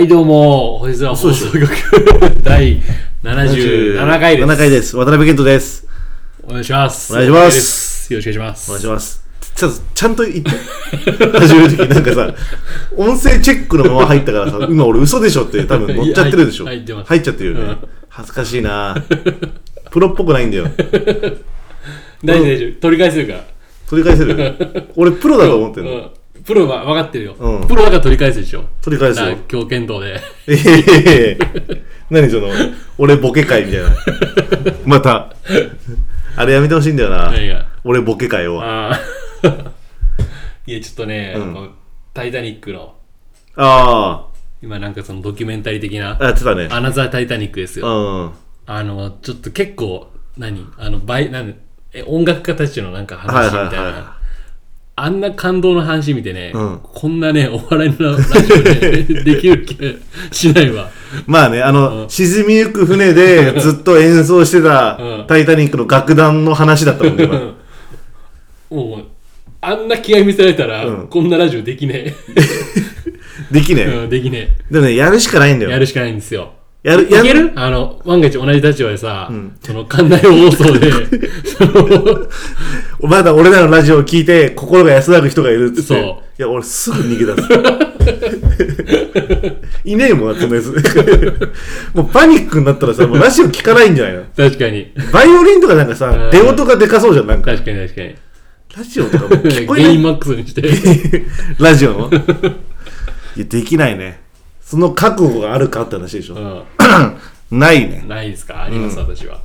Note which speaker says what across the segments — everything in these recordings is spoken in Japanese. Speaker 1: はい、どうも、星空放送局第77回です。
Speaker 2: 7回です。渡辺健人です。
Speaker 1: お願いします。。
Speaker 2: お願いします
Speaker 1: よろしくお願いします。
Speaker 2: お願いします。ちょっとちゃんと言って始めるときなんかさ音声チェックのまま入ったからさ今俺嘘でしょって多分乗っちゃってるでしょ
Speaker 1: いや入ってます
Speaker 2: 入っちゃってるよね、
Speaker 1: うん
Speaker 2: 恥ずかしいなプロっぽくないんだよ
Speaker 1: 大丈夫、大丈夫。取り返せるから。
Speaker 2: 取り返せる俺プロだと思ってんの、
Speaker 1: うんプロは分かってるよ。
Speaker 2: うん
Speaker 1: プロだから取り返せるでしょ。
Speaker 2: 取り返すよ
Speaker 1: な狂犬道で。
Speaker 2: ええ何その俺ボケ会みたいなまたあれやめてほしいんだよな
Speaker 1: 何が。
Speaker 2: 俺ボケ会をあ
Speaker 1: あー いや、ちょっとね、
Speaker 2: うん
Speaker 1: あのタイタニックの、
Speaker 2: あ
Speaker 1: 今なんかそのドキュメンタリー的な
Speaker 2: ー、やってたね
Speaker 1: アナザータイタニックですよ。
Speaker 2: うん
Speaker 1: あの、ちょっと結構、何あの、バイ、なんえ、音楽家たちのなんか話みたいな。
Speaker 2: はいはいはいはい
Speaker 1: あんな感動の話見てね、
Speaker 2: うん
Speaker 1: こんなね、お笑いのラジオ でできる気がしないわ。
Speaker 2: まあね、あの、沈みゆく 船でずっと演奏して
Speaker 1: うん
Speaker 2: た、タイタニックの楽団の話だったもんね、今
Speaker 1: もう、あんな気合見せられたら、
Speaker 2: うん
Speaker 1: こんなラジオできね
Speaker 2: できね
Speaker 1: え。
Speaker 2: え。
Speaker 1: うん、できね
Speaker 2: でもね、やるしかないんだ
Speaker 1: え。
Speaker 2: よ。
Speaker 1: やるしかないんですよ。
Speaker 2: やる、
Speaker 1: い
Speaker 2: や
Speaker 1: けるあの、万が一同じ立場でさ、その、館内放送で、その、
Speaker 2: まだ俺らのラジオを聞いて、心が安らぐ人がいるっつって。
Speaker 1: そう
Speaker 2: いや、俺すぐ逃げ出 す。いねえもんな、こんなやつ。 もうパニックになったらさ、もうラジオ聞かないんじゃないの
Speaker 1: 確かに。
Speaker 2: バイオリンとかなんか
Speaker 1: う
Speaker 2: さ
Speaker 1: ん、
Speaker 2: 出音がでかそうじゃん、なんか。
Speaker 1: 確かに確かに。
Speaker 2: ラジオとかもう聞こえな
Speaker 1: ゲイ
Speaker 2: い
Speaker 1: ン。マックスにして。
Speaker 2: ラジオ のいや、できないね。その覚悟があるかって話でしょ。
Speaker 1: う
Speaker 2: ないね
Speaker 1: ん。。ないですかあります、私は。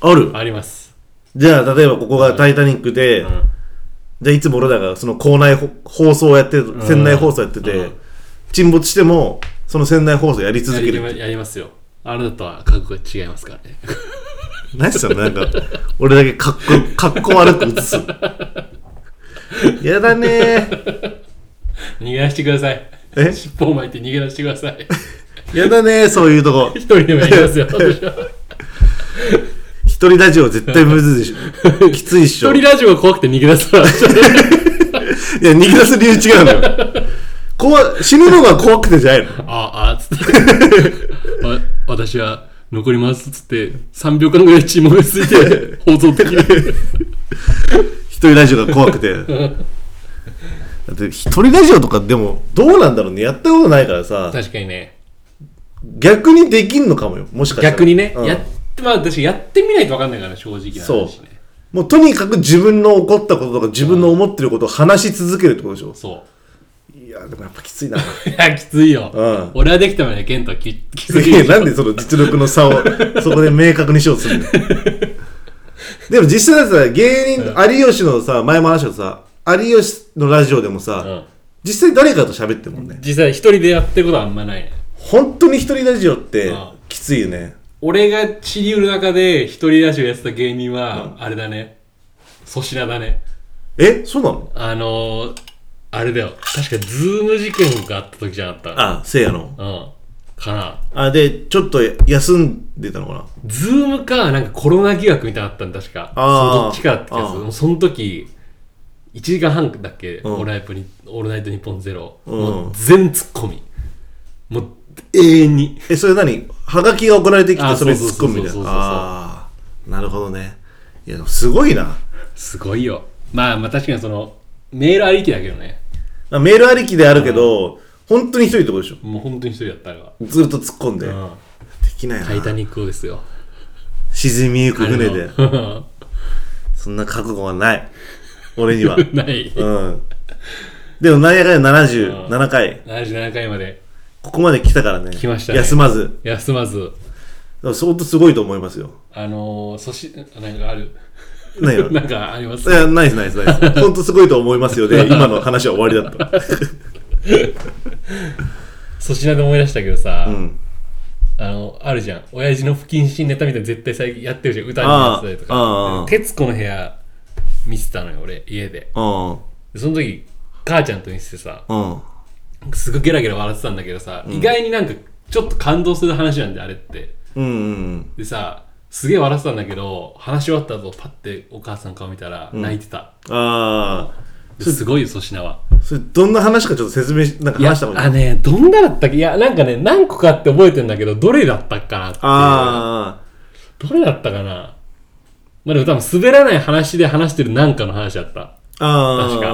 Speaker 2: ある
Speaker 1: あります。
Speaker 2: じゃあ、例えばここがタイタニックで、
Speaker 1: ん
Speaker 2: じゃあいつも俺らがその校内ほ放送をやってる、船内放送やってて、
Speaker 1: うん
Speaker 2: 沈没しても、その船内放送やり続
Speaker 1: や
Speaker 2: け
Speaker 1: り
Speaker 2: る。
Speaker 1: まやりますよ。あなたとは覚悟が違いますからね。
Speaker 2: 何それなんか、俺だけかっこ、かっこ悪く映す。やだねー
Speaker 1: 逃げ出してください。
Speaker 2: え
Speaker 1: 尻尾を巻いて逃げ出してください。
Speaker 2: やだねーそういうとこ。
Speaker 1: 一人でもやり ますよ。私は
Speaker 2: 一人ラジオ絶対むずいでし ょ。きついっしょ。
Speaker 1: 一人ラジオが怖くて逃げ出したら、
Speaker 2: いや、逃げ出す理由違うんだよ。怖い死ぬのが怖くてじゃないの。
Speaker 1: ああ、つって。 わ私は残ります。つって、3秒間ぐらい沈黙ついて、 放送的に。
Speaker 2: 一人ラジオが怖くて。だって、一人ラジオとかでも、どうなんだろうね。やったことないからさ、
Speaker 1: 確かにね。
Speaker 2: 逆にできんのかもよ。もしかしたら。
Speaker 1: 逆にね、
Speaker 2: うん
Speaker 1: やって、まあ私やってみないと分かんないから、正直な話ね。
Speaker 2: そうもうとにかく自分の起こったこととか自分の思ってることを話し続けるってことでしょ。
Speaker 1: そう。
Speaker 2: いや、でもやっぱきつい な。
Speaker 1: いや、きついよ。
Speaker 2: うん
Speaker 1: 俺はできたのに、ケントはききつ
Speaker 2: す
Speaker 1: い
Speaker 2: げえ、
Speaker 1: よ。
Speaker 2: なんでその実力の 差を、そこで明確にしようとするのでも実際だってさ、芸人、有吉のさ、前も話したけどさ、有吉のラジオでもさ、
Speaker 1: うん
Speaker 2: 実際誰かと喋ってるもんね。
Speaker 1: 実際、一人でやってることはあんまないね。
Speaker 2: 本当に一人ラジオって
Speaker 1: ああ
Speaker 2: きついよね。
Speaker 1: 俺が知り得る中で、一人ラジオやってた芸人は、あれだね。粗品だね。
Speaker 2: えそうなの
Speaker 1: あのー、あれだよ。確か、ズーム事件があった時じゃなかっ
Speaker 2: あ、せいやの。
Speaker 1: た。うん。かな。
Speaker 2: あ、で、ちょっと休んでたのかな
Speaker 1: ズームか、なんかコロナ疑惑みたいなのあったんだ、確か。
Speaker 2: あー
Speaker 1: そのどっちかってやつ。
Speaker 2: あー
Speaker 1: もうその時、1時間半だっけ、
Speaker 2: ん
Speaker 1: オールナイトニオールナイトニッポンゼロ。
Speaker 2: ん
Speaker 1: もう全ツッコミ。もう、永遠に。
Speaker 2: え、それ何はがきが送られてき
Speaker 1: あ
Speaker 2: てそれに
Speaker 1: そう
Speaker 2: 突っ
Speaker 1: そうそう
Speaker 2: 込むみたい
Speaker 1: そうそう
Speaker 2: な。
Speaker 1: そう
Speaker 2: ああ、なるほどね。いや、でもすごいな。
Speaker 1: すごいよ。まあまあ確かにその、メールありきだけどね。
Speaker 2: メールありきであるけど、本当に一人ってことでしょ
Speaker 1: もう本当に一人だったあれは。
Speaker 2: ずっと突っ込んで。
Speaker 1: う
Speaker 2: で
Speaker 1: ん。
Speaker 2: きない
Speaker 1: タイタ
Speaker 2: な。
Speaker 1: ニックをですよ。
Speaker 2: 沈みゆく船で。
Speaker 1: あれの
Speaker 2: そんな覚悟はない。俺には。
Speaker 1: ない。
Speaker 2: うん。でも、なんやかんや77回。
Speaker 1: 77回まで
Speaker 2: ここまで来たからね。
Speaker 1: 来ましたね
Speaker 2: 休まず。
Speaker 1: 休まず、
Speaker 2: だから相当すごいと思 いますよ。
Speaker 1: あのー、そし、なんかある。
Speaker 2: 何よ。
Speaker 1: なんかありま
Speaker 2: い
Speaker 1: す。
Speaker 2: や、ナイスナイスナイ ス。本当すごいと思いますよね。今の話は終わりだった。
Speaker 1: 粗品で思い出したけどさ、
Speaker 2: うん。
Speaker 1: あの、あるじゃん。親父の不謹慎ネタみたいなの絶対最近やってるじゃん。歌にやっ
Speaker 2: あ
Speaker 1: てたりと
Speaker 2: あ、
Speaker 1: か。
Speaker 2: ああ、
Speaker 1: 徹子の部屋見てたのよ、俺、家で。
Speaker 2: あ
Speaker 1: でその時、母ちゃんと見ててさ、
Speaker 2: あ、うん。
Speaker 1: すごいゲラゲラ笑ってたんだけどさ、意外になんかちょっと感動する話なんで、あれって。
Speaker 2: うんうん。
Speaker 1: でさ、すげえ笑ってたんだけど、話し終わった後、パッてお母さん顔見たら、泣いてた。
Speaker 2: ああ。
Speaker 1: やすごいよ粗品は
Speaker 2: それどんな話かちょっと説明し、なんか
Speaker 1: いや
Speaker 2: 話した方がい
Speaker 1: あ
Speaker 2: い。
Speaker 1: ねどんなだったっけいやなんかね何個かって覚えてんだけどどれだったっかなっていう
Speaker 2: あ
Speaker 1: どれだったかなまあでも多分滑らない話で話してるなんかの話だった
Speaker 2: あ、ああ、
Speaker 1: 確か
Speaker 2: あ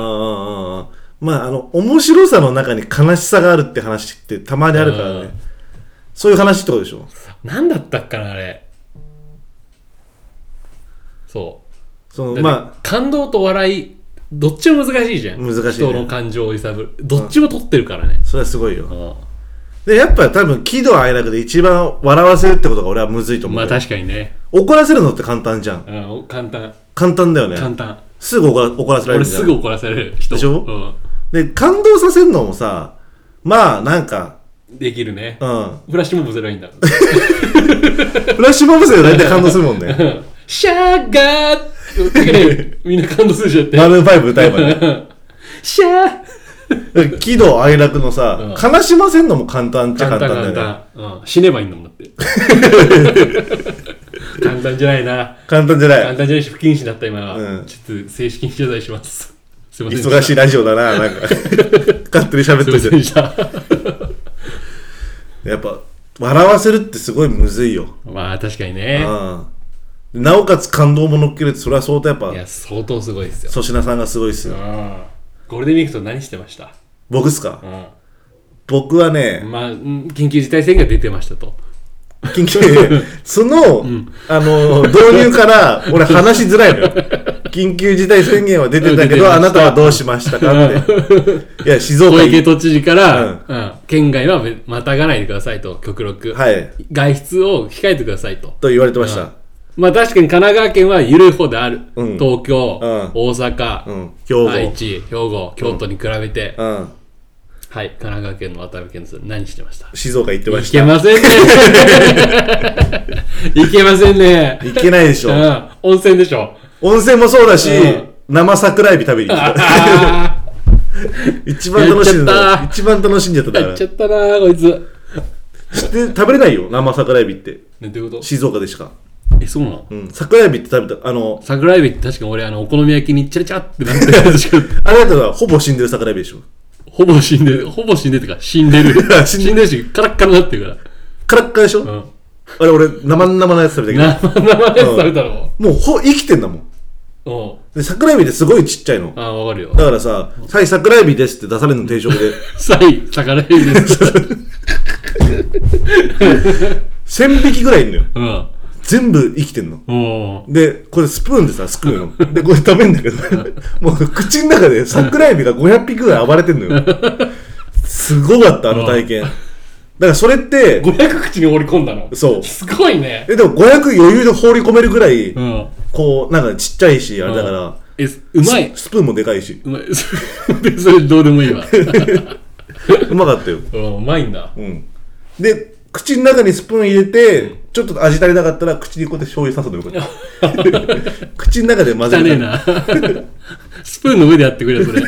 Speaker 2: あまあ、あの、面白さの中に悲しさがあるって話ってたまにあるから
Speaker 1: う
Speaker 2: ね
Speaker 1: ん。
Speaker 2: そういう話ってことでしょ
Speaker 1: 何だったっかなあれそ
Speaker 2: そうの、ま
Speaker 1: あ感動と笑いどっちも難しいじゃん
Speaker 2: 難しいね
Speaker 1: 人の感情を揺さぶるどっちも取ってるからね
Speaker 2: あ、、それはすごいよ。
Speaker 1: う
Speaker 2: で、やっぱ多分、喜怒哀楽で一番笑わせるってことが俺はむずいと
Speaker 1: ん、
Speaker 2: 思う
Speaker 1: ま
Speaker 2: よ。
Speaker 1: あ確かにね、
Speaker 2: 怒らせるのって簡単じゃん。
Speaker 1: うん、簡単
Speaker 2: 簡単だよ
Speaker 1: 簡
Speaker 2: ね。
Speaker 1: 単
Speaker 2: すぐ怒ら怒らせられ
Speaker 1: 俺
Speaker 2: るじゃん。
Speaker 1: すぐ怒らせる人
Speaker 2: でしょで、感動させるのもさ、まあ、なんか、
Speaker 1: うん、できるね
Speaker 2: うん。
Speaker 1: フラッシュモブすればいいんだ
Speaker 2: フラッシュモブ生大体感動するもんね。
Speaker 1: うんシャーガーってだけでみんな感動するじゃんって
Speaker 2: マルーン5歌えばね。
Speaker 1: シャー
Speaker 2: 喜怒哀楽のさ、悲しませんのも簡単っちゃ
Speaker 1: 簡
Speaker 2: 簡
Speaker 1: 単簡単
Speaker 2: 単だよね。
Speaker 1: うん、死ねばいいんだもんだって 簡単じゃないな
Speaker 2: 簡単じゃな
Speaker 1: 簡
Speaker 2: い。
Speaker 1: 単じゃないし不謹慎だった今は、
Speaker 2: うん
Speaker 1: ちょっと正式に謝罪しますすいません
Speaker 2: 忙しい
Speaker 1: い
Speaker 2: ラジオだな、 なんか。勝手に喋っ
Speaker 1: すい
Speaker 2: と
Speaker 1: ま
Speaker 2: い
Speaker 1: せんで
Speaker 2: て。
Speaker 1: した
Speaker 2: やっぱ、笑わせるってすごいむずいよ。
Speaker 1: まあ確かに
Speaker 2: う
Speaker 1: ね
Speaker 2: ん。なおかつ感動も乗っけるって、それは相当やっぱ
Speaker 1: い、や相当すごいですよ
Speaker 2: 粗品さんがすごいっす
Speaker 1: う
Speaker 2: よ。
Speaker 1: んゴールデンウィークと何してました
Speaker 2: 僕っすか
Speaker 1: う
Speaker 2: 僕はね
Speaker 1: ん、まあうん緊急事態宣言が出てましたと
Speaker 2: 緊急その、あの、導入から、俺話しづらいのよ。緊急事態宣言は出てたけ
Speaker 1: 出てまし
Speaker 2: ど、
Speaker 1: た
Speaker 2: あなたはどうしましたかって。いや、静岡
Speaker 1: 小
Speaker 2: 行
Speaker 1: 池都知事から、うん県外はべまたがないでくださいと極力、
Speaker 2: はい。
Speaker 1: 外出を控えてくださいと
Speaker 2: と言われてました。
Speaker 1: まあ確かに神奈川県は緩い方である。
Speaker 2: うん
Speaker 1: 東京、
Speaker 2: うん
Speaker 1: 大阪、
Speaker 2: うん。兵庫。
Speaker 1: 愛知、兵庫、京都に比べて、
Speaker 2: うん。
Speaker 1: はい、神奈川県の渡辺県です。何してました
Speaker 2: 静岡行ってま
Speaker 1: い
Speaker 2: し
Speaker 1: け
Speaker 2: た。
Speaker 1: ませんね。 いけませんね。
Speaker 2: 行けないでし
Speaker 1: う
Speaker 2: ょ。
Speaker 1: ん、温泉でし ょ。
Speaker 2: 温泉もそうだし
Speaker 1: うん、
Speaker 2: 生桜エビ食べに行っ
Speaker 1: あ
Speaker 2: てた。
Speaker 1: あ
Speaker 2: 一番楽しんで。
Speaker 1: やっちゃった
Speaker 2: 一番楽しんじゃった
Speaker 1: ー、
Speaker 2: だ
Speaker 1: や
Speaker 2: か
Speaker 1: っ
Speaker 2: ら。
Speaker 1: ちゃ
Speaker 2: 知っ
Speaker 1: ったなー、こいつ。
Speaker 2: て食べれないよ、生桜エビって。
Speaker 1: ね、どういうこと
Speaker 2: 静岡でしか。
Speaker 1: え、そうなの
Speaker 2: うん。桜エビって食べた、あの、
Speaker 1: 桜エビって確か俺、あの、お好み焼きにチャラチャラってなってるやつしか、
Speaker 2: あれだったらほぼ死んでる桜エビでしょ。。
Speaker 1: ほぼ死んでる、ほぼ死んでるってか、死んで る死んでるし、カラッカラになってるから。
Speaker 2: カラッカラでしょ、
Speaker 1: うん。
Speaker 2: あれ俺、生々なやつ食べたけ
Speaker 1: 生生のやつ食べたの
Speaker 2: ど、もうほ生きてんだもん。
Speaker 1: うん。
Speaker 2: で、桜エビってすごいちっちゃいの。
Speaker 1: ああ、わかるよ。
Speaker 2: だからさ、はい、桜エビですって出されるの定食 で、
Speaker 1: サイ、魚エビです。
Speaker 2: 1000匹ぐらいいんのよ。
Speaker 1: うん。
Speaker 2: 全部生きてんの。
Speaker 1: も
Speaker 2: で、これスプーンでさ、すくうの。 で、これ食べんだけど、もう口の中で桜エビが500匹ぐらい暴れてんのよ。すごかった、あの体験。だからそれっ
Speaker 1: う、
Speaker 2: て、
Speaker 1: 500口に放り込んだの。
Speaker 2: そう。
Speaker 1: すごいね。
Speaker 2: え、でも500余裕で放り込めるぐらい、
Speaker 1: うん。
Speaker 2: こう、なんかちっちゃいし、あれだから、
Speaker 1: え、うまい。
Speaker 2: ススプーンもでかいし、
Speaker 1: うまい。 それそれどうでもいいわ。
Speaker 2: うまかったよ。
Speaker 1: うん、うまいんだ。
Speaker 2: うん。で、口の中にスプーン入れて、ちょっと味足りなかったら、口にこうやって醤油さすのよ、こうや って口の中で混ぜ
Speaker 1: 汚ねえ
Speaker 2: る。
Speaker 1: な。スプーンの上でやってくれよ、それ。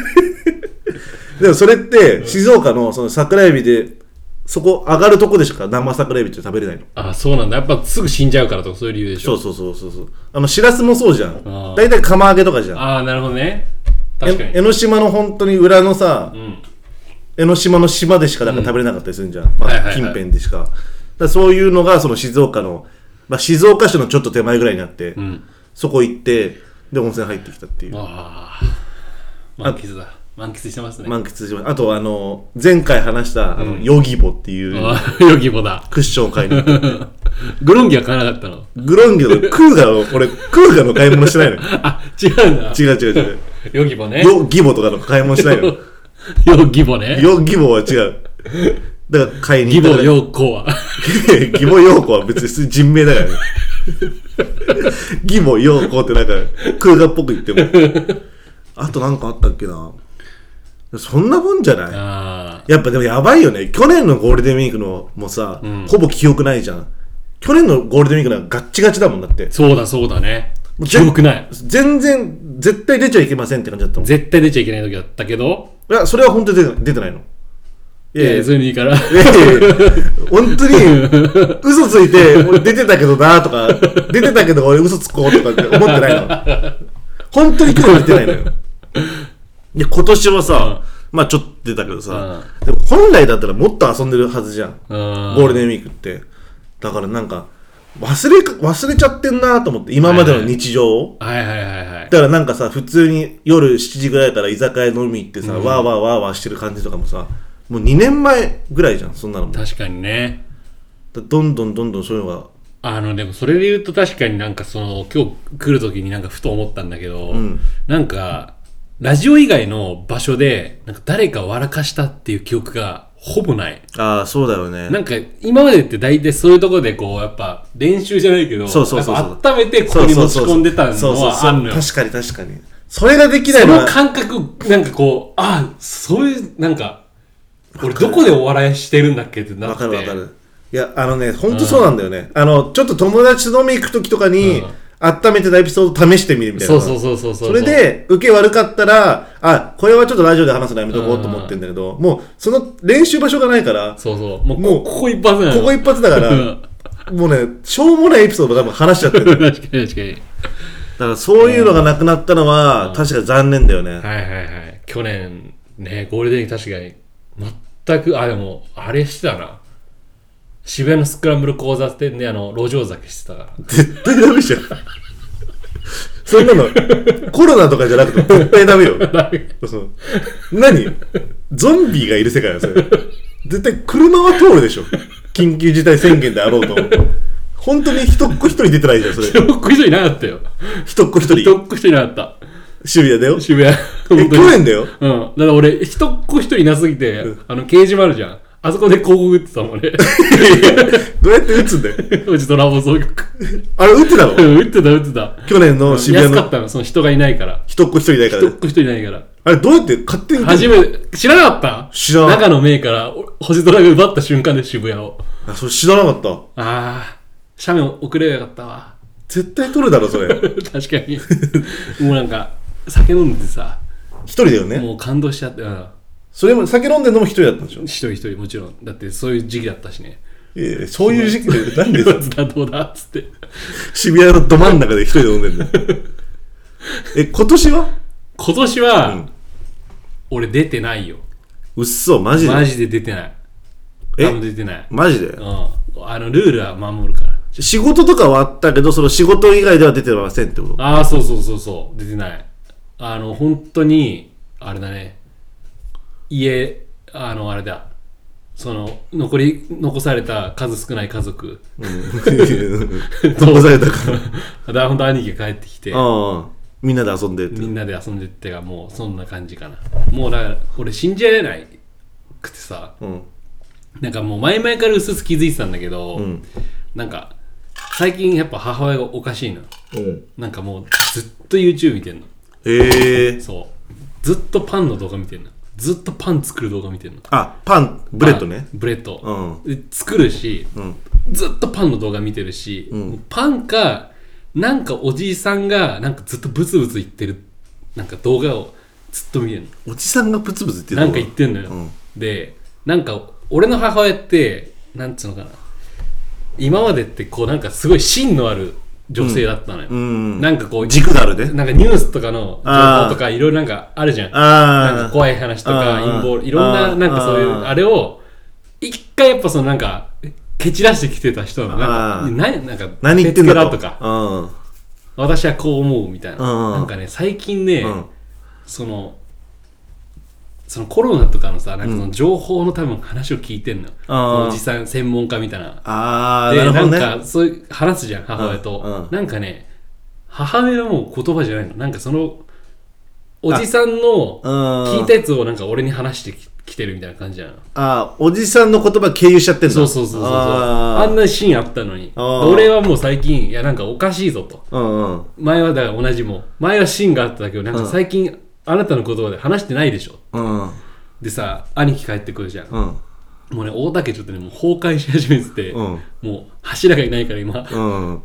Speaker 2: でもそれって、静岡のその桜エビで、そこ上がるとこでしか生桜エビって食べれないの。
Speaker 1: あ、そうなんだ。やっぱすぐ死んじゃうからとか、そういう理由でし
Speaker 2: そ
Speaker 1: ょ。
Speaker 2: うそうそうそうそう。あの、しらすもそうじゃん
Speaker 1: あー。
Speaker 2: 大体釜揚げとかじゃん。
Speaker 1: ああ、なるほどね。確か
Speaker 2: え
Speaker 1: に。
Speaker 2: 江ノ島の本当に裏のさ、
Speaker 1: ん
Speaker 2: 江ノ島の島でしかなんか食べれなかったりするんじゃん、まあ
Speaker 1: はいはいはい
Speaker 2: 近辺でしかだからそういうのがその静岡の、まあ、静岡市のちょっと手前ぐらいになって、
Speaker 1: ん
Speaker 2: そこ行ってで温泉入ってきたっていう、
Speaker 1: ああ。満喫だ。満喫してますね。
Speaker 2: 満喫しましたあとあの前回話したあの、ヨギボっていう
Speaker 1: あ あ、ヨギボだ。
Speaker 2: クッションを買いに行った
Speaker 1: グロンギは買わなかったの。
Speaker 2: グロンギのクー ガの俺クーガの買い物しないのよ
Speaker 1: あ、違うんだ。
Speaker 2: 違う違う 違う
Speaker 1: ヨギボね。
Speaker 2: ヨギボとかの買い物しないのよ
Speaker 1: ヨギボね。
Speaker 2: ヨギボは違うだから買いに
Speaker 1: ギ
Speaker 2: 行っ
Speaker 1: ボ
Speaker 2: た
Speaker 1: ヨコは。
Speaker 2: 義母陽子は別に人名だからね。義母陽子ってなんか空ガっぽく言っても。あとなんかあったっけな。そんなもんじゃない
Speaker 1: あ
Speaker 2: やっぱでもやばいよね。去年のゴールデンウィークのもさ、ほぼ記憶ないじゃん。去年のゴールデンウィークなんかガッチガチだもんだって
Speaker 1: あ、。そうだそうだね。
Speaker 2: もう
Speaker 1: 記憶ない。
Speaker 2: 全然、絶対出ちゃいけませんって感じだったもん。い
Speaker 1: 絶対出ちゃいけない時だったけど、
Speaker 2: や、それは本当に出て出てないの。い
Speaker 1: いやいや、それでいいから。
Speaker 2: いやいやいや本当に、嘘ついて、俺出てたけどなとか、出てたけど俺嘘つこうとかって思ってないの。本当に今日は出てないのよ。で、今年はさ、まあちょっと出たけどさ、でも本来だったらもっと遊んでるはずじゃん。
Speaker 1: ゴ
Speaker 2: ゴールデンウィークって。だからなんか、忘れか、忘れちゃってんなと思って、今までの日常を。
Speaker 1: はいはいはいはい
Speaker 2: だからなんかさ、普通に夜7時ぐらいから居酒屋飲み行ってさ、わーわーわーわーしてる感じとかもさ、もう2年前ぐらいじゃん、そんなのも。だ
Speaker 1: 確かにね
Speaker 2: どんどんどんどんそういうのが、
Speaker 1: あのでもそれで言うと確かになんかその今日来る時になんかふと思ったんだけど、
Speaker 2: ん
Speaker 1: なんかラジオ以外の場所でなんか誰か笑かしたっていう記憶がほぼない
Speaker 2: ああ、そうだよね。
Speaker 1: なんか今までって大体そういうところでこうやっぱ練習じゃないけど
Speaker 2: そうそうそうそう
Speaker 1: やっぱ温めてここに持ち込んでたの
Speaker 2: そうそう
Speaker 1: は
Speaker 2: そう
Speaker 1: あんのよ
Speaker 2: 確かに確かに。それができない
Speaker 1: そ
Speaker 2: の
Speaker 1: の
Speaker 2: は、
Speaker 1: 感覚なんかこうあそういうなんか俺どこでお笑いしてるんだっけってな
Speaker 2: わ
Speaker 1: って
Speaker 2: かるわかる。いや、あのね、ほんとそうなんだよね。あの、ちょっと友達と飲み行く時とかに、
Speaker 1: うん
Speaker 2: 温めてたエピソード試してみるみたいな。
Speaker 1: そうそうそうそうう
Speaker 2: それで、受け悪かったら、あ、これはちょっとラジオで話すのやめとこうと思ってんだけど、もう、その練習場所がないから、
Speaker 1: そうそうもう
Speaker 2: もう
Speaker 1: ここ一発なの
Speaker 2: ここ一発だか
Speaker 1: うん
Speaker 2: ら、もうね、しょうもないエピソード多分話しちゃってる。
Speaker 1: 確かに確かに
Speaker 2: だからそういうのがなくなったのは、確かに残念だよね。
Speaker 1: はいはいはい去年ねゴールデンウィーク確かに全くあでもあれしてたな渋谷のスクランブル交差点であの路上酒してたから
Speaker 2: 絶対ダメじゃん。そんなの、コロナとかじゃなくて絶対ダメよ。 そう何ゾンビがいる世界だよ、それ。絶対車は通るでしょ。緊急事態宣言であろうと。本当に人っ子一人出てないじゃん、それ。
Speaker 1: どっこい人いなかったよ
Speaker 2: 人っ子一人。
Speaker 1: どっこい人いなかった
Speaker 2: 渋谷だよ。
Speaker 1: 渋谷
Speaker 2: え、
Speaker 1: 本当に
Speaker 2: 去年だよ。
Speaker 1: うん。だから俺、人っ子一人いなすぎて、あの、掲示板あるじゃん。あそこで広告打ってたも んね。
Speaker 2: どうやって打つんだよ。
Speaker 1: うちドラゴン総局。
Speaker 2: あれ、打ってたの
Speaker 1: うん打ってた、打ってた。
Speaker 2: 去年の渋谷
Speaker 1: 安かっ
Speaker 2: の
Speaker 1: たの、その人がいないから。
Speaker 2: 人っ子一人だから
Speaker 1: 人っ。子一人いないから。
Speaker 2: あれ、どうやって勝手に打て
Speaker 1: 初
Speaker 2: る
Speaker 1: めて、知らなかった
Speaker 2: 知らな
Speaker 1: 中の名から、お星空が奪った瞬間で渋谷を。
Speaker 2: あ、それ知らなかった。
Speaker 1: あー、斜面遅ればよかったわ。
Speaker 2: 絶対取るだろ、それ。
Speaker 1: 確か に。もうなんか、酒飲んでさ、
Speaker 2: 一人だよね。
Speaker 1: もう感動しちゃって、うん。
Speaker 2: それも、酒飲んでるのも一人だったんでしょ
Speaker 1: 一人一人もちろん。だってそういう時期だったしね。
Speaker 2: ええそういう時期で、なんで
Speaker 1: どうだ、どうだっつって。
Speaker 2: 渋谷のど真ん中で一人で飲んで んだよ。え、今年は
Speaker 1: 今年は、
Speaker 2: ん
Speaker 1: 俺出てないよ
Speaker 2: うっそ、マジで。
Speaker 1: マジで出てない
Speaker 2: え
Speaker 1: 多分出てない
Speaker 2: マジで
Speaker 1: う。んあのルールは守るから
Speaker 2: 仕事とかはあったけど、その仕事以外では出てませんってこと
Speaker 1: ああそうそうそうそう出てないあの本当にあれだね家あのあれだその残り残された数少ない家族
Speaker 2: 残されたから。
Speaker 1: だから本当兄貴が帰ってきて
Speaker 2: ああ、みんなで遊んでって
Speaker 1: み。んなで遊んでってがもうそんな感じかなもうだから俺信じられないくてさ
Speaker 2: うん。
Speaker 1: なんかもう前々から薄々気づいてたんだけど、
Speaker 2: ん
Speaker 1: なんか最近やっぱ母親がおかしいの
Speaker 2: うん。
Speaker 1: なんかもうずっと YouTube 見てんの
Speaker 2: ええ
Speaker 1: そうずっとパンの動画見てんのずっとパン作る動画見てんの
Speaker 2: あ、パン、ブレッドね。
Speaker 1: パンブレッド、
Speaker 2: う
Speaker 1: で作るし、
Speaker 2: ん
Speaker 1: ずっとパンの動画見てるし、もうパンかなんかおじいさんがなんかずっとブツブツ言ってるなんか動画をずっと見てんの
Speaker 2: おじさんがブツブツ言ってる
Speaker 1: なんか言ってんのよ、
Speaker 2: うん
Speaker 1: でなんか俺の母親ってなんつうのかな今までってこうなんかすごい芯のある女性だったのよ、
Speaker 2: うん。
Speaker 1: なんかこう
Speaker 2: 軸があるね。
Speaker 1: なんかニュースとかの情
Speaker 2: あー
Speaker 1: 報とかいろいろなんかあるじゃん
Speaker 2: ああ。
Speaker 1: なんか怖い話とか
Speaker 2: あー
Speaker 1: 陰謀いろん
Speaker 2: あ
Speaker 1: な
Speaker 2: ー
Speaker 1: なんかそういう
Speaker 2: あー
Speaker 1: あれを一回やっぱそのなんか蹴散らしてきてた人のな
Speaker 2: あー
Speaker 1: んか何なんか
Speaker 2: 何言ってんだ
Speaker 1: 手つけろとか
Speaker 2: うん。
Speaker 1: 私はこう思うみたいな
Speaker 2: うん
Speaker 1: なんかね最近ね、
Speaker 2: うん
Speaker 1: そのそのコロナとかのさなんかその情報の多分話を聞いてんの,、そのおじさん専門家みたいな
Speaker 2: ああ、
Speaker 1: で
Speaker 2: なるほどね。
Speaker 1: んかそういう話すじゃん母親と、
Speaker 2: うんうん
Speaker 1: なんかね母親も言葉じゃないのなんかそのおじさんの
Speaker 2: うん
Speaker 1: 聞いたやつをなんか俺に話してき来てるみたいな感じじゃん
Speaker 2: ああ、おじさんの言葉経由しちゃってんだ。
Speaker 1: そうそうそうそうそうあ
Speaker 2: あ
Speaker 1: ん
Speaker 2: ー
Speaker 1: なシーンあったのに
Speaker 2: あー
Speaker 1: 俺はもう最近いやなんかおかしいぞと
Speaker 2: うんうん。
Speaker 1: 前はだから同じもん前はシーンがあったけどなんか最近あなたの言葉で話してないでしょ
Speaker 2: うん。
Speaker 1: でさ兄貴帰ってくるじゃん、
Speaker 2: うん。
Speaker 1: もうね大竹ちょっとねもう崩壊し始めてて、
Speaker 2: うん
Speaker 1: もう柱がいないから今
Speaker 2: うん。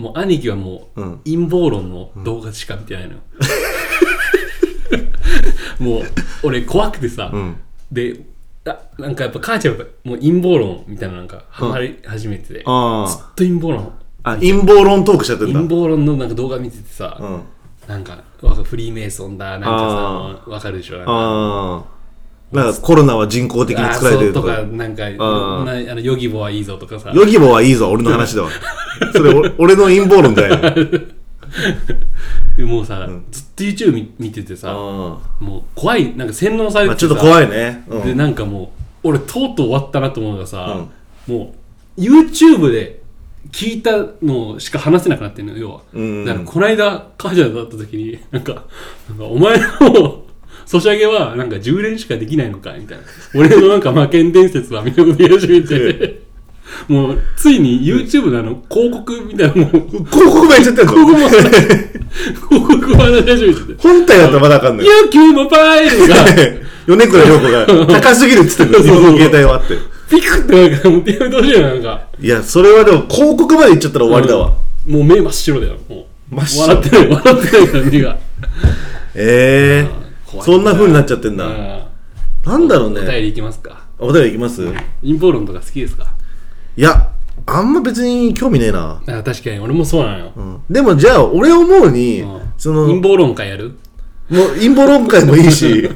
Speaker 1: もう兄貴はもう
Speaker 2: うん
Speaker 1: 陰謀論の動画しか見てないのよ、 もう俺怖くてさ、
Speaker 2: ん
Speaker 1: であなんかやっぱ母ちゃんはもう陰謀論みたいなのなんかハマり始めてて、ずっと
Speaker 2: あ
Speaker 1: 陰謀論
Speaker 2: あ。あ、陰謀論トークしちゃってんだ。
Speaker 1: 陰謀論のなんか動画見ててさ、
Speaker 2: うん。
Speaker 1: なんかわかフリーメイソンだなんかさわかるでしょなんか
Speaker 2: ああ。なんかコロナは人工的に作られてる
Speaker 1: あそ
Speaker 2: と
Speaker 1: うとか
Speaker 2: か。
Speaker 1: なんか
Speaker 2: ー
Speaker 1: なあのヨギボはいいぞとかさ
Speaker 2: ヨギボはいいぞ、俺の話だ わ。それお俺の陰謀論じゃないの。
Speaker 1: もうさ、ずっと YouTube 見見ててさ
Speaker 2: あ
Speaker 1: もう怖いなんか洗脳されて
Speaker 2: ーまあ
Speaker 1: て
Speaker 2: ちょ
Speaker 1: さ
Speaker 2: っと怖いね。う
Speaker 1: で
Speaker 2: ん。
Speaker 1: なんかもう俺とうとう終わったなと思うのがさ、もう YouTube で聞いたのしか話せなくなってるのよ要は、
Speaker 2: うん
Speaker 1: だからこの間母ちゃんと会った時になんかなんかお前の ソシャゲはなんか10連しかできないのかみたいな俺のなんか魔剣伝説はみたいなこと言い始めて もうついに YouTube のあの広告みたいな のもう
Speaker 2: 広告がやっちゃってんの
Speaker 1: 広告も広告を話し始めてて「
Speaker 2: 本体だったらまだわかんない。
Speaker 1: ユーキューマパイ!」とか
Speaker 2: 米倉涼子が高すぎるっつ ってんの、自分の携帯はあって。
Speaker 1: ピクってなんかもうやめてほしいよなんか。
Speaker 2: いや、それはでも広告まで行っちゃったら終わりだわ。
Speaker 1: もう目真っ白だよもう
Speaker 2: 真っ白
Speaker 1: 笑ってない笑ってないから目が
Speaker 2: ええ。
Speaker 1: 怖い
Speaker 2: そんな風になっちゃってん
Speaker 1: う
Speaker 2: だ。
Speaker 1: ん
Speaker 2: なんだろう
Speaker 1: お便
Speaker 2: ね。
Speaker 1: りいきますか
Speaker 2: お便りいきます
Speaker 1: 陰謀論とか好きですか
Speaker 2: いや、あんま別に興味ねえな。
Speaker 1: あ確かに俺もそうなのよ、うん
Speaker 2: でもじゃあ、俺思うに、その、
Speaker 1: 陰謀論会やる
Speaker 2: もう陰謀論会もいい し、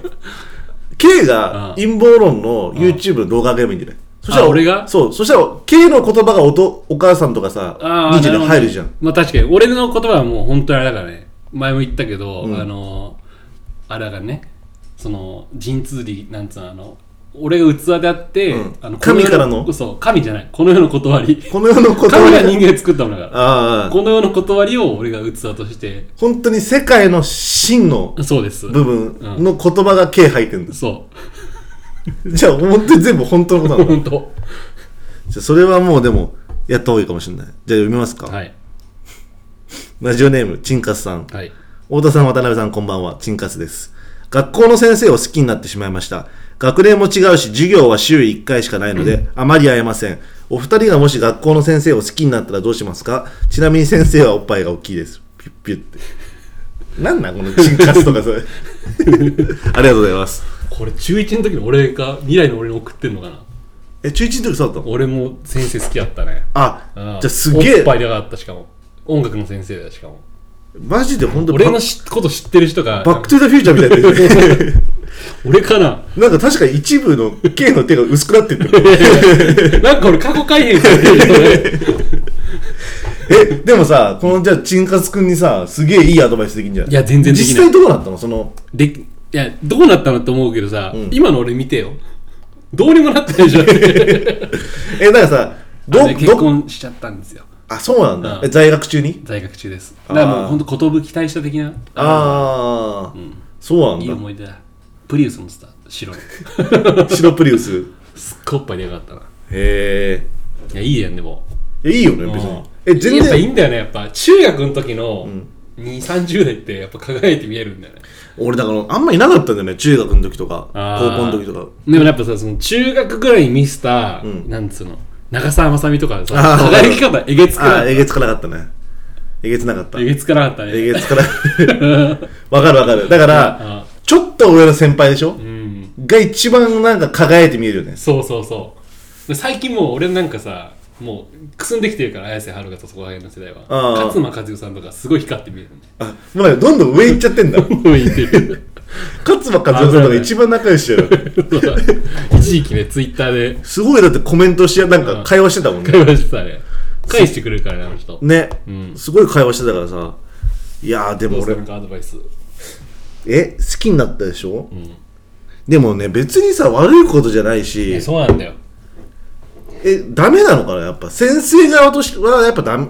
Speaker 2: K
Speaker 1: うん
Speaker 2: が陰謀論の YouTube の動画上げればいいんじゃないそしたら
Speaker 1: あ俺が
Speaker 2: そう、そしたら K の言葉がおとお母さんとかさ、
Speaker 1: ああ
Speaker 2: 兄ちゃんに入るじゃん。
Speaker 1: まあ確かに俺の言葉はもう本当にあれだからね前も言ったけど、あのあれだからねその神通理なんつうのあの俺が器であって、
Speaker 2: うん
Speaker 1: あの
Speaker 2: 神からの
Speaker 1: こ世そう神じゃないこの世の断り
Speaker 2: この世の言
Speaker 1: 神が
Speaker 2: 葉
Speaker 1: 人間作ったものだか
Speaker 2: あ
Speaker 1: ら
Speaker 2: あ、
Speaker 1: この世の断りを俺が器として
Speaker 2: 本当に世界の真の
Speaker 1: そうです
Speaker 2: 部分の言葉が K 入ってるんです。
Speaker 1: そ
Speaker 2: じゃあ、本当に全部本当のこと
Speaker 1: う、
Speaker 2: なの。
Speaker 1: 本当。
Speaker 2: じゃあそれはもうでも、やった方がいいかもしれない。じゃあ読みますか。
Speaker 1: はい。
Speaker 2: ラジオネーム、チンカスさん。
Speaker 1: はい。
Speaker 2: 太田さん、渡辺さん、こんばんは。チンカスです。学校の先生を好きになってしまいました。学年も違うし、授業は週1回しかない ので、あまり会えません。お二人がもし学校の先生を好きになったらどうしますかちなみに先生はおっぱいが大きいです。ピュッピュッて。なんなんこのチンカスとか それ。ありがとうございます。
Speaker 1: これ中1の時の俺が未来の俺に送ってんのかな
Speaker 2: え、中1の時そうだったの
Speaker 1: 俺も先生好きだったね。
Speaker 2: あ、じ
Speaker 1: う
Speaker 2: ゃ
Speaker 1: ん
Speaker 2: あすげ
Speaker 1: おっ
Speaker 2: え。
Speaker 1: ぱいでかかったしかも。音楽の先生だしかも。
Speaker 2: マジで本当
Speaker 1: 俺
Speaker 2: バ
Speaker 1: の知こと知ってる人 が、
Speaker 2: バックトゥーザフューチャーみたいなやつ だよね。
Speaker 1: 俺か な
Speaker 2: なんか確かに一部の K の手が薄くなってって る。
Speaker 1: なんか俺過去改変されて るよね
Speaker 2: え、でもさ、このじゃあ、チンカスくんにさ、すげえいいアドバイスできんじゃん。
Speaker 1: いや全然できない
Speaker 2: 実際どうなったのその、
Speaker 1: で、いや、どうなったのって思うけどさ、
Speaker 2: ん
Speaker 1: 今の俺見てよ。 どうにもなってないじゃん。
Speaker 2: え、だからさ、ど、
Speaker 1: あのね結
Speaker 2: ど、
Speaker 1: 婚しちゃったんですよ。
Speaker 2: あ、そうなんだ。
Speaker 1: うん
Speaker 2: え、在学中に
Speaker 1: 在学中です。だからも
Speaker 2: あ
Speaker 1: う
Speaker 2: ー
Speaker 1: 本当、寿期待した的な。
Speaker 2: あー、そう
Speaker 1: いい
Speaker 2: なん
Speaker 1: 思い出だ。プリウスのスター、 白の。
Speaker 2: だ。白プリウス。
Speaker 1: すっごいおっぱいでかかったな。
Speaker 2: へ
Speaker 1: いや、いいやん、でも。
Speaker 2: え。いいよね、別
Speaker 1: うん
Speaker 2: に。え、全
Speaker 1: やっぱいい
Speaker 2: 然、
Speaker 1: んだよね、やっぱ。中学の時の2、30代って、やっぱ輝いて見えるんだよね。
Speaker 2: 俺だから、あんまいなかったんだよね。中学の時とか、
Speaker 1: あー
Speaker 2: 高校の時とか。
Speaker 1: でもやっぱさ、その中学ぐらいに見せた、
Speaker 2: ん
Speaker 1: なんつうの、長澤まさみとかさ、
Speaker 2: あー
Speaker 1: 輝き方、えげつく
Speaker 2: あ
Speaker 1: な
Speaker 2: ー、
Speaker 1: い。
Speaker 2: えげつかなかったね。えげつなかった。
Speaker 1: え
Speaker 2: え
Speaker 1: げつかなかったね。
Speaker 2: げつかなわかるわかる。だから
Speaker 1: あ、
Speaker 2: ちょっと上の先輩でしょ
Speaker 1: うん。
Speaker 2: が一番なんか輝いて見えるよね。
Speaker 1: そうそうそう。最近もう俺なんかさ、もうくすんできてるから、綾瀬はるかとそこら辺の世代は。
Speaker 2: あー
Speaker 1: 勝間和代さんとかすごい光って見えるね。
Speaker 2: あ、もうねどんどん上行っちゃっ てんだ。
Speaker 1: もういてる。
Speaker 2: 勝間和代さんとか一番仲良しだよ。
Speaker 1: 一時期ね、ツイッターです
Speaker 2: ごいだってコメントして、なんか会話してたもんね。
Speaker 1: 会話してたね。返してくれるからね、あの人。
Speaker 2: ね、
Speaker 1: ん
Speaker 2: すごい会話してたからさ。いやーで
Speaker 1: ど
Speaker 2: も
Speaker 1: うす
Speaker 2: 俺
Speaker 1: る、のかアドバイス。
Speaker 2: え、好きになったでしょ、
Speaker 1: ん
Speaker 2: でもね、別にさ、悪いことじゃない
Speaker 1: い
Speaker 2: し
Speaker 1: や、そうなんだよ。
Speaker 2: え、ダメなのかなやっぱ、先生側としては、やっぱダメ、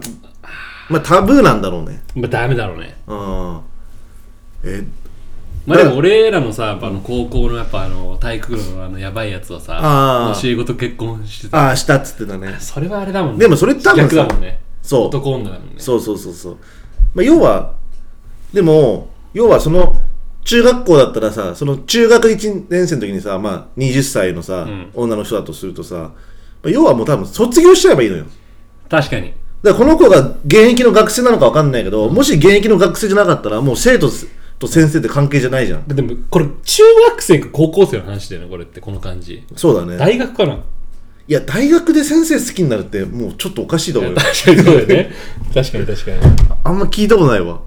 Speaker 2: まあタブーなんだろうね。
Speaker 1: まあ、ダメだろうね。
Speaker 2: うん。え、
Speaker 1: まあ
Speaker 2: だ
Speaker 1: でも俺らのさ、やっぱあの高校のやっぱあの体育部のあのやばいやつは
Speaker 2: あ
Speaker 1: さ、
Speaker 2: ー
Speaker 1: 教え子と結婚してた。
Speaker 2: ああ、したっつってたね。
Speaker 1: それはあれだもんね。
Speaker 2: でもそれ多分さ
Speaker 1: 逆だもんね。
Speaker 2: そう
Speaker 1: 男女だもんね。
Speaker 2: そうそうそうそう、まあ、要はでも要はその中学校だったらさその中学1年生の時にさ、まあ、20歳のさ、
Speaker 1: ん
Speaker 2: 女の人だとするとさ、まあ、要はもう多分卒業しちゃえばいいのよ
Speaker 1: 確かに。
Speaker 2: だからこの子が現役の学生なのか分かんないけどもし現役の学生じゃなかったらもう生徒と先生って関係じゃないじゃん
Speaker 1: でもこれ中学生か高校生の話だよね、これってこの感じ。
Speaker 2: そうだね
Speaker 1: 大学かない
Speaker 2: や大学で先生好きになるってもうちょっとおかしいと思うよ
Speaker 1: 確かにそうだよね。確かに確かに。
Speaker 2: あんま聞いたことないわ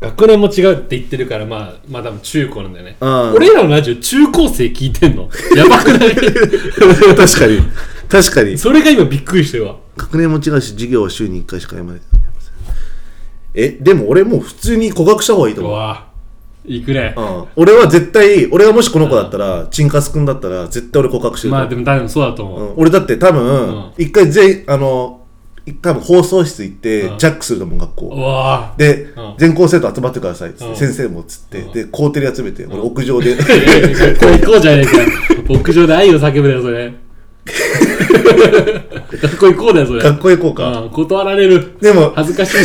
Speaker 1: 学年も違うって言ってるから、まあ、まあ多分中高なんだよね。
Speaker 2: うん
Speaker 1: 俺らのラジオ中高生聞いてんのやばくない
Speaker 2: 確かに。確かに。
Speaker 1: それが今びっくりしてるわ。
Speaker 2: 学年も違うし、授業は週に1回しかやまない。え、でも俺もう普通に告白した方がいいと
Speaker 1: う
Speaker 2: 思う。
Speaker 1: わ行くね
Speaker 2: う。ん、俺は絶対、俺がもしこの子だったら、チンカス君だったら、絶対俺告白してると
Speaker 1: まあ
Speaker 2: 思う
Speaker 1: でも多分そうだと思う。
Speaker 2: うん俺だって多
Speaker 1: うん
Speaker 2: 分、一回全、あの、一多分放送室行って
Speaker 1: うん、
Speaker 2: ジャックすると思う、学
Speaker 1: う
Speaker 2: 校。
Speaker 1: わ
Speaker 2: で
Speaker 1: うん、
Speaker 2: 全校生徒集まってくださいっつっ
Speaker 1: うん
Speaker 2: て、先生もっつって、
Speaker 1: うん
Speaker 2: で、校庭に集めて、俺屋 上で、
Speaker 1: いやいやいや学校行こうじゃねえかよ。屋上で愛を叫ぶだよ、そ れ。学校行こうだよ、それ。
Speaker 2: 学校行こうか。
Speaker 1: うん、断られる。
Speaker 2: でも、
Speaker 1: 恥ずかしいし。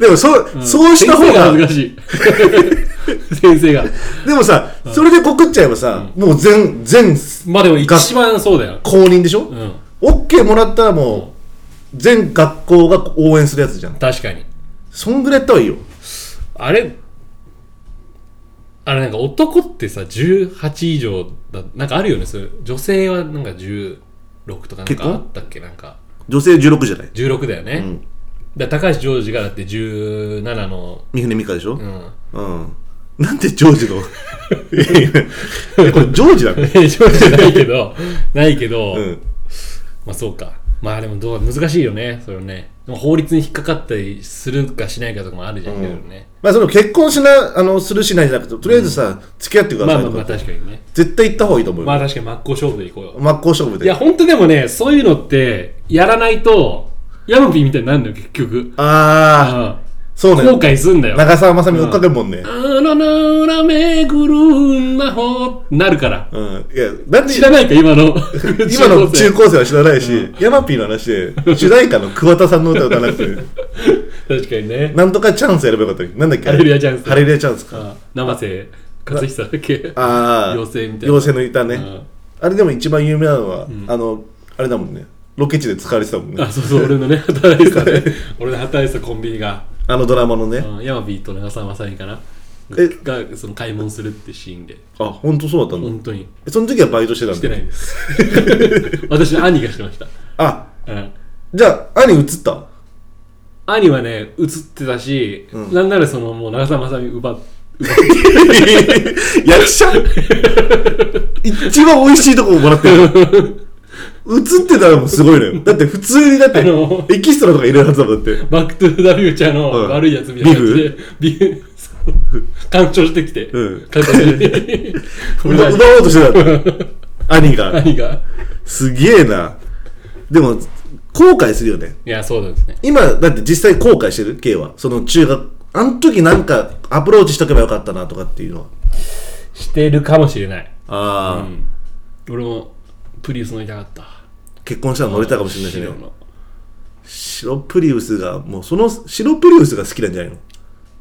Speaker 2: でも、そう、そうした方
Speaker 1: 先生が
Speaker 2: が
Speaker 1: 恥、ずかしい。 先生が。
Speaker 2: でもさ、それで告っちゃえばさ、もう全、全、
Speaker 1: まあでも一番そうだよ。
Speaker 2: 公認でしょ、
Speaker 1: うん。
Speaker 2: オッケーもらったらもう、全学校が応援するやつじゃん。
Speaker 1: 確かに。
Speaker 2: そんぐらいやった方がいいよ。
Speaker 1: あれ、あれなんか男ってさ、18以上だ、なんかあるよね、それ。女性はなんか16とかなん
Speaker 2: 結
Speaker 1: か
Speaker 2: 婚
Speaker 1: あったっけなんか。
Speaker 2: 女性16じゃない
Speaker 1: 16だよね。
Speaker 2: ん
Speaker 1: だから高橋ジョージがだって17の、
Speaker 2: 三船美香でしょ、う、
Speaker 1: うんん。
Speaker 2: なんでジョージの えこれジョージなの
Speaker 1: ジョージないけど、 ないけど、
Speaker 2: うん。
Speaker 1: まあそうか。まあでもどう難しいよね、それね。でも法律に引っかかったりするかしないかとかもあるじゃん、いろいろね。
Speaker 2: まあその結婚しな、あの、するしないじゃなくて、とりあえずさ、付き合ってくだ
Speaker 1: まあ
Speaker 2: さい
Speaker 1: まあ
Speaker 2: とか、
Speaker 1: まあ確かにね。
Speaker 2: 絶対行った方がいいと思うよ。
Speaker 1: まあ確かに真っ向勝負でいこうよ。
Speaker 2: 真っ向勝負
Speaker 1: い
Speaker 2: で。
Speaker 1: や、ほんとでもね、そういうのって、やらないと、ヤマピーみたいになるのよ、結局。
Speaker 2: あ
Speaker 1: あ
Speaker 2: あ、そう
Speaker 1: 後
Speaker 2: ね。
Speaker 1: 悔すんだよ。
Speaker 2: 長澤まさみ追っかけるもんね。
Speaker 1: あののらめぐるんなほなるから。
Speaker 2: うん。いや、なんで
Speaker 1: 知らないか、今 の。
Speaker 2: 今の中
Speaker 1: 高
Speaker 2: 高生は知らないし、ヤマピーの話で、主題歌の桑田さんの歌を歌わなくて、
Speaker 1: 生。確かにね。
Speaker 2: なんとかチャンスやればよかったのになんだっけ
Speaker 1: ハレルヤチャンス
Speaker 2: ハレルヤチャンスか。
Speaker 1: あ生瀬勝久だっけ
Speaker 2: ああ、
Speaker 1: 妖精みたいな。
Speaker 2: 妖精の歌ね。
Speaker 1: うん
Speaker 2: あれでも一番有名なのは、あの、あれだもんね。ロケ地で使われてたもんね
Speaker 1: あ、。そうそう、俺のね、働いてたね。俺の働いてたコンビニが、
Speaker 2: あのドラマのね。
Speaker 1: うんヤマピーと長澤まさみかな。
Speaker 2: え
Speaker 1: が、その買い物するってシーンで。
Speaker 2: あ、ほんとそうだったの
Speaker 1: 本当に。
Speaker 2: えその時はバイトしてたん
Speaker 1: して
Speaker 2: だ
Speaker 1: ない です。私の兄がしてました。
Speaker 2: あ、
Speaker 1: うん。
Speaker 2: じゃあ、兄映った
Speaker 1: 兄はね、映ってたし、
Speaker 2: うん
Speaker 1: なんならその、もう長澤まさみ奪っ、
Speaker 2: 役者一番美味しいとこもらってる。映ってたらもうすごいのよ。だって普通に、だって
Speaker 1: あの、
Speaker 2: エキストラとかいるはずだもん、だって。
Speaker 1: バックトゥーザフューチャーの
Speaker 2: うん
Speaker 1: 悪いやつみたいな感じで、ビフ、干渉してきて、
Speaker 2: うん
Speaker 1: 完全 に。俺た
Speaker 2: 奪奪
Speaker 1: ち
Speaker 2: おうとして た兄が
Speaker 1: 兄が。
Speaker 2: すげえなでも後悔するよね
Speaker 1: いや、そうなんですね。
Speaker 2: 今だって実際後悔してる K はその中学あの時なんかアプローチしとけばよかったなとかっていうのは
Speaker 1: してるかもしれない。
Speaker 2: ああ、
Speaker 1: うん。俺も、プリウス乗りたかった。
Speaker 2: 結婚したら乗れたかもしれないしね
Speaker 1: 白の
Speaker 2: 白プリウスがもうその白プリウスが好きなんじゃないの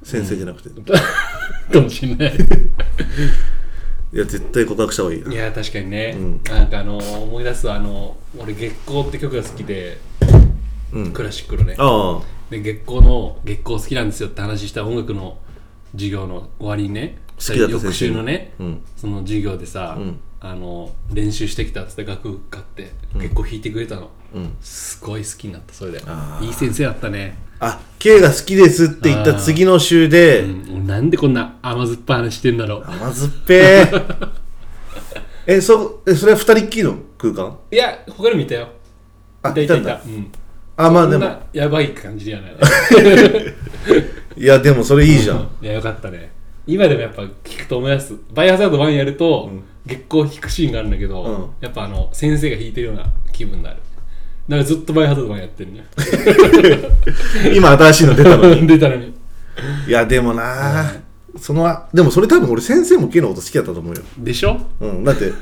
Speaker 2: 先生じゃなくて、い
Speaker 1: かもしれない。
Speaker 2: や絶対告白した方がいい
Speaker 1: いや確かにね、
Speaker 2: ん
Speaker 1: なんかあのー思い出すわあのー俺月光って曲が好きで、
Speaker 2: うん
Speaker 1: クラシックのね
Speaker 2: ああ
Speaker 1: で月光の月光好きなんですよって話した音楽の授業の終わりにね
Speaker 2: 好きだった先生
Speaker 1: 翌週のね、
Speaker 2: うん
Speaker 1: その授業でさ、
Speaker 2: ん
Speaker 1: あのー練習してきたっつって楽譜買って結構弾いてくれたの、
Speaker 2: うん
Speaker 1: すごい好きになったそれで
Speaker 2: あー
Speaker 1: いい先生だったね、
Speaker 2: あ K が好きですって言った次の週で、
Speaker 1: うん、俺なんでこんな甘酸っぱい話してんだろう
Speaker 2: 甘酸っぺ ーえそえそれは二人っきりの空間
Speaker 1: いや他にもいたよ
Speaker 2: あ
Speaker 1: いたいたいたうん
Speaker 2: あまあで
Speaker 1: そん
Speaker 2: も
Speaker 1: なやばい感じじゃ ない
Speaker 2: いやでもそれいいじゃん、
Speaker 1: いやよかったね今でもやっぱ聞くと思い出すバイオハザード1やると、月光弾くシーンがあるんだけど、
Speaker 2: うん
Speaker 1: やっぱあの先生が弾いてるような気分になるだからずっとバイオハザード1やってるね
Speaker 2: 今新しいの出 たのに
Speaker 1: 出たのに
Speaker 2: いやでもなー、そのあでもそれ多分俺先生も K のこと好きだったと思うよ、
Speaker 1: でしょ
Speaker 2: うん、だって、
Speaker 1: ん
Speaker 2: 好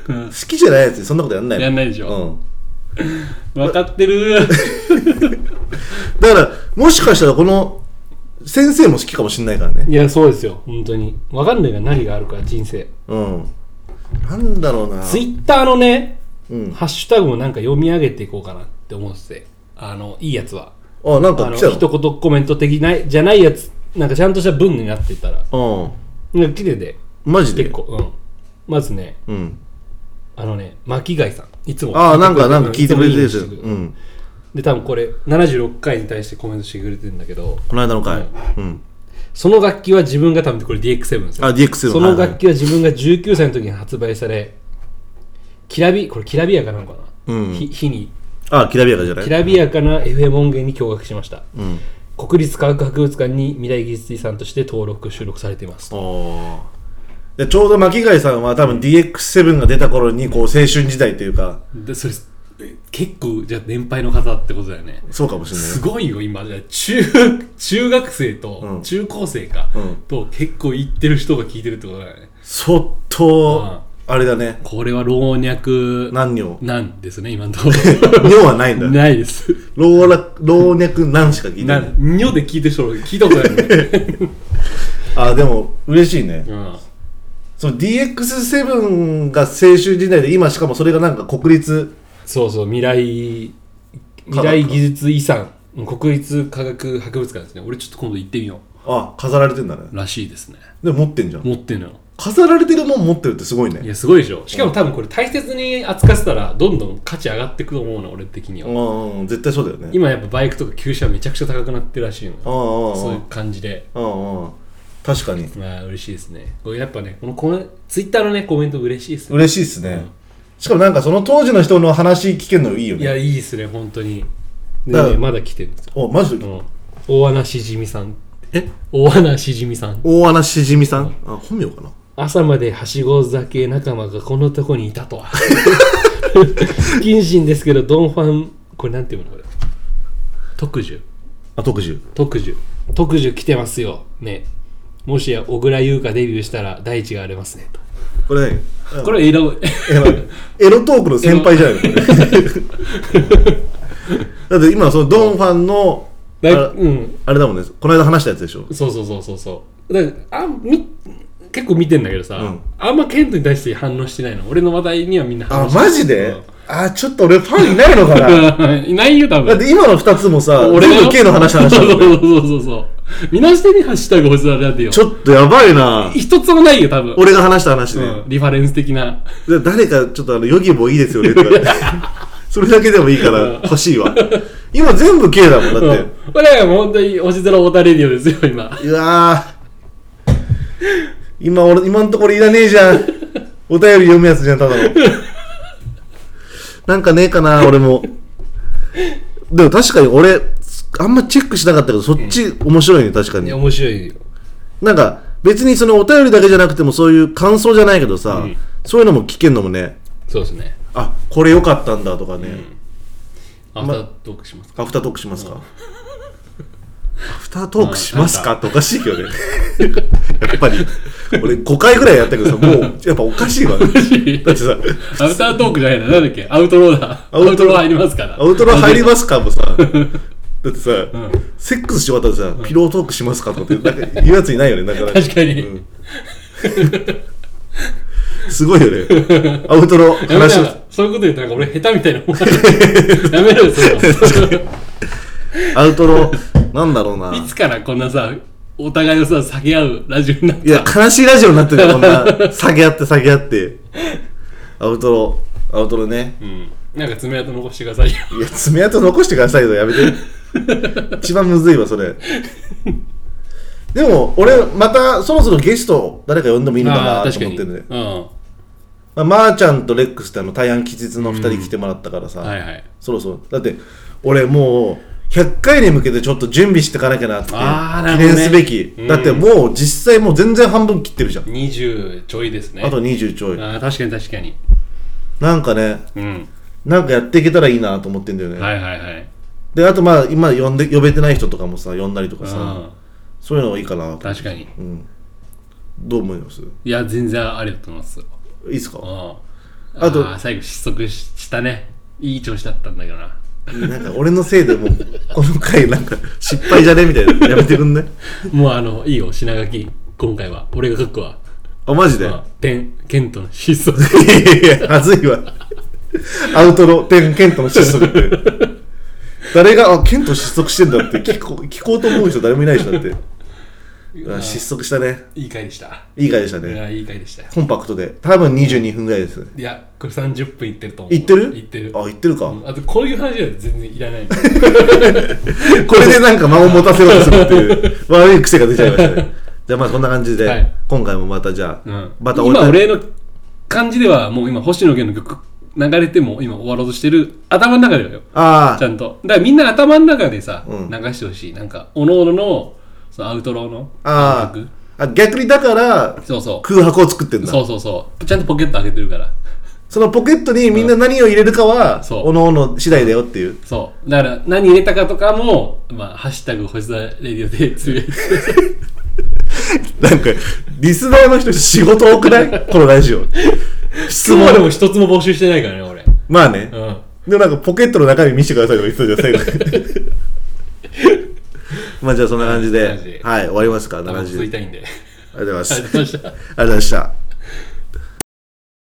Speaker 2: きじゃないやつにそんなことやんないも
Speaker 1: やんないでしょ、
Speaker 2: うん、
Speaker 1: 分かってる
Speaker 2: だからもしかしたらこの先生も好きかもしんないからね
Speaker 1: いやそうですよ本当に分かんないが何があるか人生
Speaker 2: うんなんだろうな
Speaker 1: ツイッターのね、
Speaker 2: うん
Speaker 1: ハッシュタグもなんか読み上げていこうかなって思っててあのいいやつは
Speaker 2: あなん
Speaker 1: あ
Speaker 2: か
Speaker 1: の
Speaker 2: 来た
Speaker 1: 一
Speaker 2: の
Speaker 1: 言コメント的ないじゃないやつなんかちゃんとした文になってたらなんか綺麗で
Speaker 2: うんマジで
Speaker 1: 結構、うん。まずね、
Speaker 2: うん
Speaker 1: あのね、巻貝さん。いつも。
Speaker 2: ああなんかなんか聞いてくれてる
Speaker 1: いつもいいねしてく
Speaker 2: う
Speaker 1: れる
Speaker 2: ん
Speaker 1: で、多分これ、76回に対してコメントしてくれてるんだけど、
Speaker 2: この間の
Speaker 1: う
Speaker 2: 回
Speaker 1: ん
Speaker 2: うん
Speaker 1: その楽器は自分が多分これ DX7 ですよ
Speaker 2: あ、DX7。
Speaker 1: その楽
Speaker 2: 器。
Speaker 1: 器は自分が19歳の時に発売されきらびこれきらびやかなのかな、
Speaker 2: うん
Speaker 1: ひ日に
Speaker 2: あ、きらびやかじゃない
Speaker 1: きらびやかな FM 音源に驚愕しました、
Speaker 2: うん。
Speaker 1: 国立科学博物館に未来技術遺産として登録収録されています
Speaker 2: あーでちょうど巻貝さんは多分 DX7 が出た頃にこう青春時代というか、
Speaker 1: でそれえ結構じゃあ年配の方ってことだよね
Speaker 2: そうかもしれない
Speaker 1: す。ごいよ今じゃあ中中学生
Speaker 2: う
Speaker 1: と
Speaker 2: ん
Speaker 1: 中高生か、
Speaker 2: うん
Speaker 1: と結構行ってる人が聞いてるってことだよね
Speaker 2: 相当、あれだね。
Speaker 1: これは老若
Speaker 2: 何尿
Speaker 1: なんですね今のとこ
Speaker 2: 尿はないん
Speaker 1: ろ
Speaker 2: だ。
Speaker 1: ないです
Speaker 2: 老若、老若男しか聞いて
Speaker 1: な
Speaker 2: ない。
Speaker 1: ん尿で聞いてる人聞いたことないよね、
Speaker 2: あ、でも嬉しいね。
Speaker 1: うん、
Speaker 2: その DX7 が青春時代で、今しかもそれがなんか国立、
Speaker 1: そうそう未来未来技術遺産国立科学博物館ですね俺ちょっと今度行ってみよ
Speaker 2: あ、飾られてんだね。
Speaker 1: うらしいですね
Speaker 2: でも持ってんじゃん。
Speaker 1: 持ってんのよ
Speaker 2: 飾られてるもん持ってるってすごい
Speaker 1: い
Speaker 2: ね。
Speaker 1: やすごいでしょしかも多分これ大切に扱ってたらどんどん価値上がってくと思うの俺的には、
Speaker 2: うん、絶対そうだよね。
Speaker 1: 今やっぱバイクとか旧車めちゃくちゃ高くなってるらしいのよ
Speaker 2: ああ、あ
Speaker 1: そういう感じで
Speaker 2: あ、ああ、確かに。
Speaker 1: まあ嬉しいですねこれやっぱねこのコメツイッターのねコメント嬉しいですね
Speaker 2: 嬉しいですね、しかもなんかその当時の人の話聞けるのいいよ
Speaker 1: いや
Speaker 2: ね
Speaker 1: いいですね本当にで
Speaker 2: だから
Speaker 1: ねまだ来てるんですよ
Speaker 2: おマジ
Speaker 1: こ
Speaker 2: で
Speaker 1: の大穴しじみさん
Speaker 2: え
Speaker 1: 大穴しじみさん
Speaker 2: 大穴しじみさんあ本名かな
Speaker 1: 朝まではしご酒仲間がこのとこにいたとは不謹慎ですけどドンファンこれなんていうのこれ特需
Speaker 2: あ特需
Speaker 1: 特需特需来てますよねもしや小倉優香デビューしたら大地が荒れますねと
Speaker 2: これね
Speaker 1: これエロ
Speaker 2: エロエロトークの先輩じゃないの これだって今そのドンファンのあ
Speaker 1: だい
Speaker 2: れ
Speaker 1: うん
Speaker 2: あれだもんねこの間話したやつでしょ
Speaker 1: そうそうそうそうそうだからあみ結構見てんだけどさ、
Speaker 2: うん
Speaker 1: あんまケントに対して反応してないの俺の話題にはみんな反
Speaker 2: あ
Speaker 1: 応してない
Speaker 2: マジで、あちょっと俺ファンいないのかな
Speaker 1: い ないよ多
Speaker 2: だっ
Speaker 1: 分
Speaker 2: て今の2つもさ
Speaker 1: 俺
Speaker 2: 全部 K の話話した
Speaker 1: そう
Speaker 2: の
Speaker 1: そうそうそうそうみなしてにハッシュタグおじさんだってよ
Speaker 2: ちょっとやばいな
Speaker 1: 一つもないよ多分
Speaker 2: 俺が話した話
Speaker 1: う
Speaker 2: ね、
Speaker 1: ん、リファレンス的な
Speaker 2: で誰かちょっとあの、ヨギボーいいですよねとか言って それだけでもいいから欲しいわ。今全部 K だもん、だって。
Speaker 1: うんこれはもう本当に星空オータレディオですよ今
Speaker 2: うわぁ。今俺、今のところいらねえじゃん。お便り読むやつじゃん、ただの。なんかねえかな、俺も。でも確かに俺、あんまチェックしなかったけど、そっち面白いね、確か
Speaker 1: い
Speaker 2: に
Speaker 1: や。面白いよ
Speaker 2: なんか、別にそのお便りだけじゃなくてもそういう感想じゃないけどさ、
Speaker 1: うん
Speaker 2: そういうのも聞けんのもね、
Speaker 1: そうですね
Speaker 2: あ、これ良かったんだとかね。
Speaker 1: アフタートークしますか、
Speaker 2: アフタートークしますか、アフタートークしますかっておかしいけどねやっぱり俺5回ぐらいやった けどさもうやっぱおかしいわ、ね、だってさ
Speaker 1: アフタートークじゃないななんだっけアウトローだア
Speaker 2: アウトロー
Speaker 1: ウトロー入りますから
Speaker 2: アウトロ入り
Speaker 1: す
Speaker 2: ますかもさだってさ、セックスし終わったらさピロートークしますかとかってなんか言うやついないよねなかなか
Speaker 1: 確かに
Speaker 2: うんすごいよねアウトロ
Speaker 1: やめ
Speaker 2: 話
Speaker 1: な
Speaker 2: を
Speaker 1: そういうこと言ったらなんか俺下手みたいな思わ れるやめろよそういうの
Speaker 2: アウトロなんだろうない
Speaker 1: つからこんなさお互いをさ避け合うラジオになっ
Speaker 2: いや、悲しいラジオになってるよ、こんな。下げ合って下げ合って。アウトロ、アウトロね。
Speaker 1: うんなんか爪痕残してくださいよ
Speaker 2: いや、爪痕残してくださいよ、やめて。 一番むずいわ、それ。でも、俺、また、そろそろゲスト、誰か呼んでもいいのか
Speaker 1: ああ
Speaker 2: な
Speaker 1: ー
Speaker 2: と
Speaker 1: 確か
Speaker 2: 思っ
Speaker 1: に
Speaker 2: てるね。
Speaker 1: うん
Speaker 2: まあ、まーちゃんとレックスってあの、大安吉日の二人来てもらったからさ、
Speaker 1: はいはい
Speaker 2: そろそろ。だって、俺もう、100回に向けてちょっと準備していかなきゃなって、
Speaker 1: あーなる
Speaker 2: 記
Speaker 1: ほどね
Speaker 2: 念すべき。だってもう、実際もう全然半分切ってるじゃん。
Speaker 1: 20ちょいですね
Speaker 2: あと20ちょい。
Speaker 1: あー確かに確かに
Speaker 2: なんかね、
Speaker 1: うん
Speaker 2: なんかやっていけたらいいなと思ってんだよね。
Speaker 1: はいはいはい
Speaker 2: で、あとまあ、今呼んで、呼べてない人とかもさ、呼んだりとか
Speaker 1: う
Speaker 2: さ
Speaker 1: ん、
Speaker 2: そういうのがいいかな。
Speaker 1: 確かに
Speaker 2: うん。どう思いますい
Speaker 1: いや全然ありだと思いますよ
Speaker 2: いですか
Speaker 1: うんあ
Speaker 2: あと
Speaker 1: ー最後失速ししたねいい調子だったんだけどな
Speaker 2: なんか俺のせいでもう、この回なんか失敗じゃねみたいな。やめてくんね。
Speaker 1: もうあのいいよ品書き今回は俺が書くわ
Speaker 2: あ、マジでい
Speaker 1: まあペンケントの失速
Speaker 2: やいや、はずいわ。アウトロ、点、ケントの失速って。誰が、あ、ケント失速してんだって聞こ聞こうと思う人誰もいないでしょ、だって。うわ失速したね。
Speaker 1: いい回でした。
Speaker 2: いい回でした
Speaker 1: い
Speaker 2: ね。
Speaker 1: や、いい回でしたよ。
Speaker 2: コンパクトで。多分22分ぐらいですね。
Speaker 1: いや、これ30分いってると思う。
Speaker 2: いってる
Speaker 1: いってる。
Speaker 2: あ、いってるか。
Speaker 1: あと、こういう話は全然いらない。
Speaker 2: これでなんか間を持たせようとするっ ていう悪い癖が出ちゃいましたね。じゃあまあこんな感じで、
Speaker 1: はい
Speaker 2: 今回もまたじゃあ、
Speaker 1: うん、
Speaker 2: また
Speaker 1: 今俺の感じではもう今星野源の曲流れても今終わろうとしてる頭の中ではよ
Speaker 2: あ
Speaker 1: ち
Speaker 2: あ、
Speaker 1: ゃんとだからみんな頭の中でさ、
Speaker 2: うん
Speaker 1: 流してほしいなんかおのおののそのアウトローの
Speaker 2: あ
Speaker 1: 曲
Speaker 2: あ、あ逆にだから
Speaker 1: そうそ
Speaker 2: 空白を作ってん
Speaker 1: う
Speaker 2: だ。
Speaker 1: そうそうそうちゃんとポケット開けてるから
Speaker 2: そのポケットにみんな何を入れるかは、
Speaker 1: そう
Speaker 2: おのおの次第だよっていう。
Speaker 1: そうだから何入れたかとかも「まあ、ハッシュタグ星座レディオ」 でつぶやいてください
Speaker 2: なんか、リスナーの人仕事多 くないこのラジオ。質
Speaker 1: 質問で
Speaker 2: 問。
Speaker 1: も一つも募集してないからね俺
Speaker 2: まあね。
Speaker 1: うん
Speaker 2: でもなんかポケットの中身見せてくださいとか言ってたじゃん、 最後。まあじゃあそんな感じ
Speaker 1: はいそんな感じ
Speaker 2: で
Speaker 1: で、
Speaker 2: はい、終わりますか、70。あ
Speaker 1: 多
Speaker 2: り
Speaker 1: 分
Speaker 2: がとう
Speaker 1: 続いたいんで
Speaker 2: ございま
Speaker 1: あ
Speaker 2: す。あ
Speaker 1: り
Speaker 2: り
Speaker 1: が
Speaker 2: が
Speaker 1: と
Speaker 2: と
Speaker 1: う
Speaker 2: う
Speaker 1: ございました
Speaker 2: ございました。